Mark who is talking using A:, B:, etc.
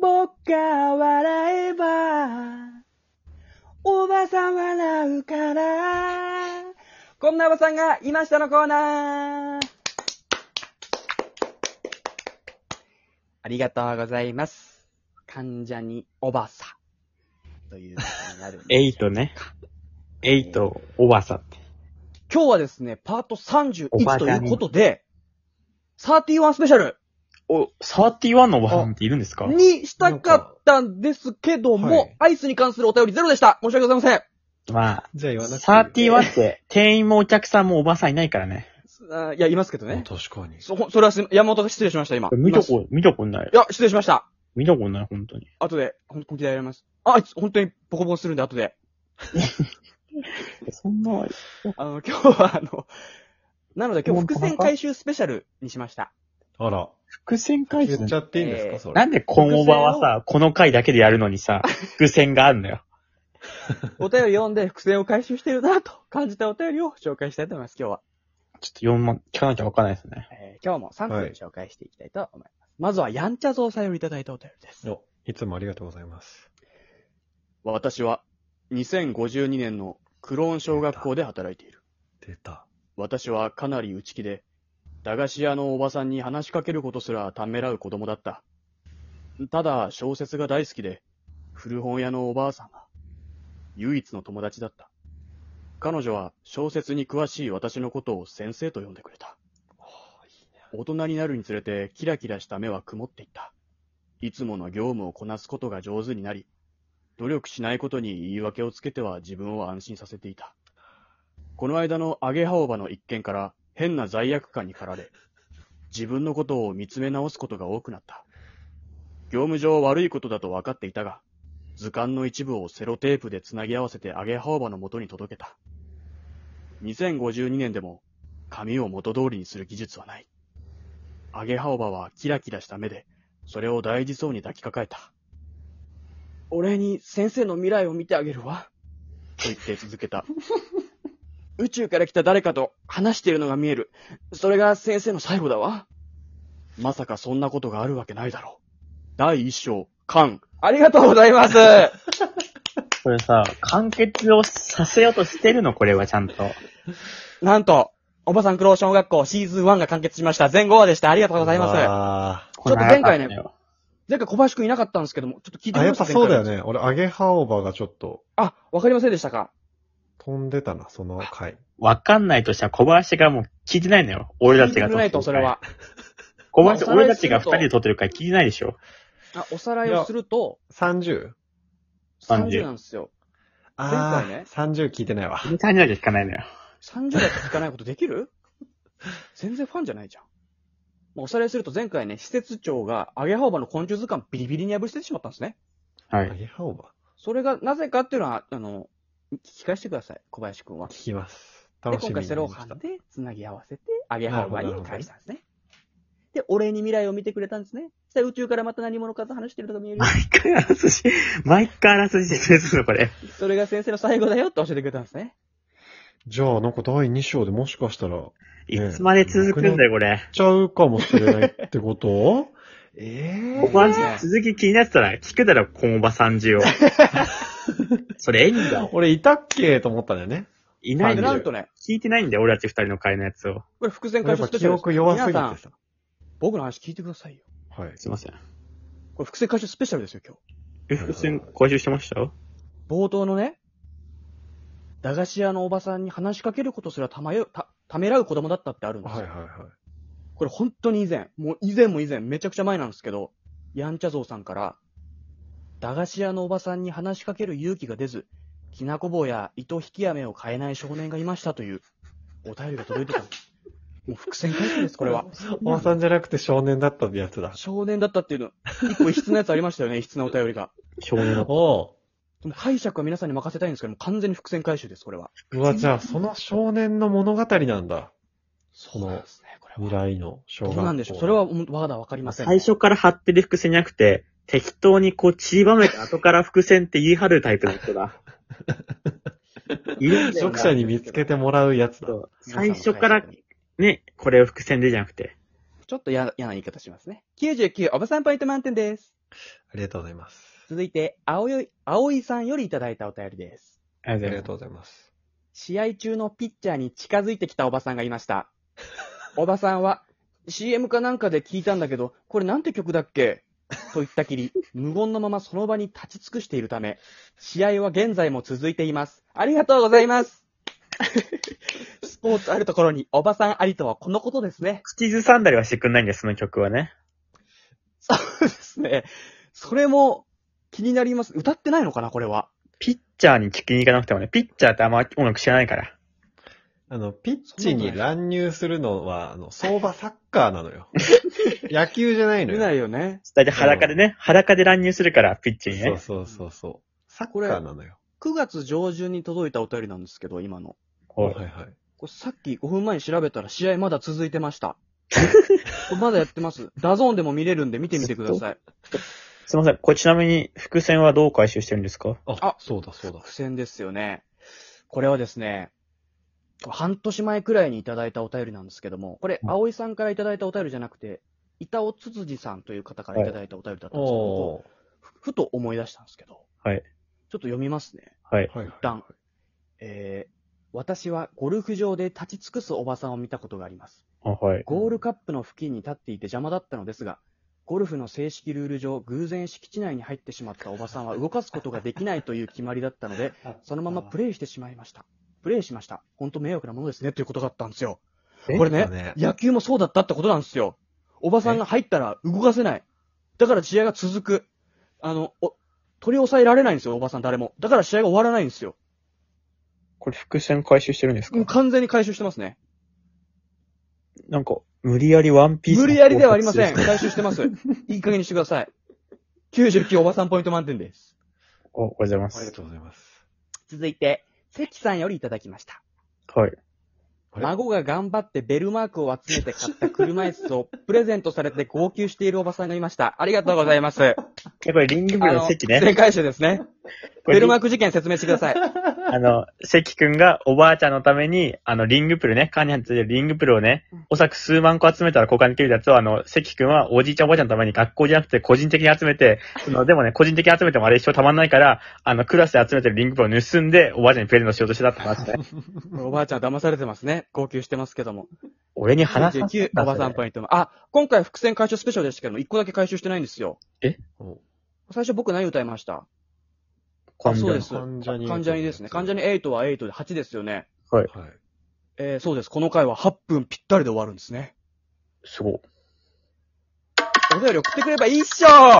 A: 僕が笑えば、おばさん笑うから、こんなおばさんがいましたのコーナー。ありがとうございます。患者におばさ。ということになるんで
B: エイトね。エイト、おばさって。
A: 今日はですね、パート
B: おば
A: 31
B: ち
A: と
B: ゃ
A: い
B: ん
A: うことで、31スペシャル
B: お、サーティワンのおばさんっているんですか
A: にしたかったんですけども、
C: はい
A: アイスに関するお便りゼロでした。申し訳ございま
B: まあ、
C: じゃあ言わなくていい
B: サーティワンって、店員もお客さんもおばさんいないからね。
A: せん。あーいや、いますけどね。
C: 確かに。
A: そ、ほそれはすみ、山本が失礼しました、今。
B: 見たこ、見たこない
A: い。や、失礼しました。
B: 見たこない、本当に。
A: 後で、ほん、本気でやります。あ、あいつ、本当にボコボコするんで、後で。
B: そんな、
A: あの、 今日は、あの、なので今日、伏線回収スペシャルにしました。
C: あら。
B: 伏線回収
C: 言っちゃっていいんです
A: えー
C: か、そ
B: な
C: れ。
B: んでこのおばはさ、この回だけでやるのにさ、伏線があるのよ。
A: お便り読んで、伏線を回収してるな、と感じたお便りを紹介したいと思います、今日は。
B: ちょっと読ま、聞かなきゃわかんないですね。
A: えー今日も3分
C: はい
A: 紹介していきたいと思います。まずは、やんちゃぞうさんよりいただいたお便りです。
C: おいつもありがとうございます。
A: 私は、2052年のクローン小学校で働いている。
C: 出た。
A: 私はかなり内気で、駄菓子屋のおばさんに話しかけることすらためらう子供だった。ただ、小説が大好きで、古本屋のおばあさんが、唯一の友達だった。彼女は小説に詳しい私のことを先生と呼んでくれた。大人になるにつれてキラキラした目は曇っていった。いつもの業務をこなすことが上手になり、努力しないことに言い訳をつけては自分を安心させていた。この間のアゲハオバの一件から変な罪悪感に駆られ、自分のことを見つめ直すことが多くなった。業務上悪いことだと分かっていたが、図鑑の一部をセロテープで繋ぎ合わせてアゲハオバの元に届けた。2052年でも紙を元通りにする技術はない。アゲハオバはキラキラした目で、それを大事そうに抱きかかえた。俺に先生の未来を見てあげるわ。と言って続けた。 宇宙から来た誰かと話しているのが見える。それが先生の最後だわ。まさかそんなことがあるわけないだろう。第一章、缶。ありがとうございます。
B: これさ、完結をさせようとしてるの、これはちゃんと。
A: なんと、おばさん苦労小学校シーズン1が完結しました。全5話でした。ありがとうございます。
C: あ
B: これ
A: ちょっと前回ね
B: 長かったよ
A: 前回小林くんいなかったんですけども、ちょっと聞いて
C: あ、
A: みま
C: やっ
A: した
C: ぱそうだよ。
A: 前回
C: ね。俺、アゲハオバがちょっと
A: あ、わかりませんでしたか。
C: 飛んでたな、その回。
B: わかんないとしたら小林がもう聞いてないのよ。俺たち
A: 聞い
B: が
A: てくれないと、それは。
B: 小林、
A: まあおさらい
B: 俺たちが二人で撮ってるから聞いてないでしょ。
A: あ、おさらいをすると、
C: 30?
B: 30
A: 30なんですよ。前
C: あ
A: 回ね
C: あ、30聞いてないわ。
B: 二人だけ聞かないのよ。
A: 30代聞かないことできる全然ファンじゃないじゃん。まあおさらいすると前回ね、施設長がアゲハオバの昆虫図鑑ビリビリに破り捨ててしまったんですね。
B: は
C: ア
B: い。
C: ゲハオバ
A: それがなぜかっていうのは、あの、聞き返してください、小林くんは
C: 聞。きます。
A: で、
C: 楽し
A: 今回
C: みにして
A: セ
C: ま
A: ロ
C: し
A: ハ
C: た
A: ン。で繋ぎ合わせて、アゲハオバに返したんですね。で、お礼に未来を見てくれたんですね。そしたら宇宙からまた何者かと話してるのが見えるよ。
B: 毎回あらすじ、毎回あらすじ説明するの、これ。
A: それが先生の最後だよって教えてくれたんですね。
C: じゃあ、なんか第2章でもしかしたら、行っ
B: いつまで続くんだよ、これ。
C: ちゃうかもしれないってこと え
B: 小
C: え
B: 林、続き気になってたら、聞くだろ、このおばさん じを。それ、演技だ。
C: 俺いたっけと思ったんだよね。
B: いない
A: で、
B: の
A: な
B: よ
A: んとね、
B: 聞いてないんだよ、俺たち二人の会のやつを。
A: これ伏線
C: や
A: 回
C: っ
A: 収
C: ぱ
A: スペシ
C: 記
A: ャルです。
C: 憶弱すぎて
A: 皆
C: さ
A: さ。僕の話聞いてくださいよ。
C: はい。
B: すいません。
A: これ伏線回収スペシャルですよ、今日。
B: え、伏線回収してました
A: 冒頭のね、駄菓子屋のおばさんに話しかけることすらたまよ、た、ためらう子供だったってあるんです
C: はい
A: よ。
C: はいはい。
A: これ本当に以前、もう以前も以前、めちゃくちゃ前なんですけど、やんちゃぞうさんから、駄菓子屋のおばさんに話しかける勇気が出ず、きなこ棒や糸引き飴を買えない少年がいましたという、お便りが届いてたんです。もう伏線回収です、これは。
C: おばさんじゃなくて少年だったやつだ。
A: 少年だったっていうの、一個異質なやつありましたよね、異質なお便りが。
B: 少年の。
C: お
A: でも解釈は皆さんに任せたいんですけども、完全に伏線回収です、これは。
C: う。うわ、じゃあ、その少年の物語なんだ。
A: そう
C: なん
A: ですね、これ
C: 未来の小
A: ど
C: 学
A: う
C: 校。
A: なんでしょうそれは、まだわかりません。
B: 最初から貼ってる伏線じゃなくて、適当にこう散りばめて後から伏線って言い張るタイプの人だ。いるんだよ
C: 読
B: な
C: 者に見つけてもらうやつだ。
B: そう最初からね、これを伏線でじゃなくて。
A: ちょっと嫌嫌な言い方しますね。99、おばさんポイント満点です。
D: ありがとうございます。
A: 続いて、青い、青いさんよりいただいたお便りです。
B: あり
D: あ
B: が
D: り
B: とうござ
D: がとう
B: います。
D: ございます。
A: 試合中のピッチャーに近づいてきたおばさんがいま した。おばさんは、CM かなんかで聞いたんだけど、これなんて曲だっけと言ったきり、無言のままその場に立ち尽くしているため、試合は現在も続いています。ありがとうござい ます。スポーツあるところにおばさんありとはこのことですね。
B: 口ずさんだりはしてくんないんです、その曲はね。
A: そうですね。それも気になります。歌ってないのかな、これは。
B: ピッチャーに聞きに行かなくてもね、ピッチャーってあんま音楽知らないから。
D: あの、ピッチに乱入するのは、あの、相場サッカーなの よ。野球じゃないの
A: 出
D: よ。
A: ないよね。
B: だいたい裸でね、裸で乱入するから、ピッチに
D: そう
B: ね。
D: そうそうそう。サッカーなのよ。
A: 9月上旬に届いたお便りなんですけど、今の。
D: はい
B: はい
D: はい。
A: これさっき5分前に調べたら試合まだ続いてました。これまだやってます。ダゾーンでも見れるんで見てみてください。
B: すいません。これちなみに、伏線はどう回収してるんですか
D: あ、
A: あ
D: そうだそうだ。
A: 苦戦ですよね。これはですね、半年前くらいにいただいたお便りなんですけども、これ、
B: うん
A: 葵さんからいただいたお便りじゃなくて、板尾つつじさんという方からいただいたお便りだったんですけど、
D: おー。
A: ふふと思い出したんですけど、
B: は
A: ちょ
B: い
A: っと読みますね。
B: はい。
D: はいはい。
A: 一旦えー私はゴルフ場で立ち尽くすおばさんを見たことがあります。
B: あ、はい。
A: ゴールカップの付近に立っていて邪魔だったのですが、ゴルフの正式ルール上、偶然敷地内に入ってしまったおばさんは動かすことができないという決まりだったので、そのままプレイしてしまいました。プレイしました。ほんと迷惑なものですね、ということだったんですよ。
B: え
A: これ
D: だね。
A: ね、野球もそうだったってことなんですよ。おばさんが入ったら動かせない。だから試合が続く。あの、お取り押さえられないんですよ、おばさん誰も。だから試合が終わらないんですよ。
B: これ伏線回収してるんです
A: もう
B: か
A: 完全に回収してますね。
B: なんか、無理やりワンピース。
A: 無理やりではありません。。回収してます。いい加減にしてください。99おばさんポイント満点です。
B: お、おはようございま
D: ありが
B: す。
D: とうございます。
A: 続いて、関さんよりいただきました。
B: はい。
D: あれ
A: 孫が頑張ってベルマークを集めて買った車椅子をプレゼントされて号泣しているおばさんがいました。ありがとうございます。あ
B: やっぱりリング部の
A: の、
B: 関ね。
A: 正解者ですね。
B: これ
A: ベルマーク事件説明してください。
B: あの、関くんがおばあちゃんのために、あの、リングプルね、カーに入ってるリングプルをね
A: うん、
B: おそらく数万個集めたら交換できるやつを、あの、関くんはおじいちゃんおばあちゃんのために学校じゃなくて個人的に集めて、その、でもね、個人的に集めてもあれ一生たまんないから、あの、クラスで集めてるリングプルを盗んで、おばあちゃんにプレゼントしようとしてたって 話ね。
A: おばあちゃん騙されてますね。号泣してますけども。
B: 俺に話させ
A: 99
B: た
A: おばさんポイントも。あ、今回伏線回収スペシャルでしたけども、1個だけ回収してないんですよ。
D: お
A: 最初僕何歌いました
B: そ
A: そうです。
D: 関ジャニ
A: 関ジャニですね。関ジャニ8は8で8ですよね。
D: はい。
A: えー、そうです。この回は8分ぴったりで終わるんですね。
B: すごい。
A: お便り送ってくればいいっしょ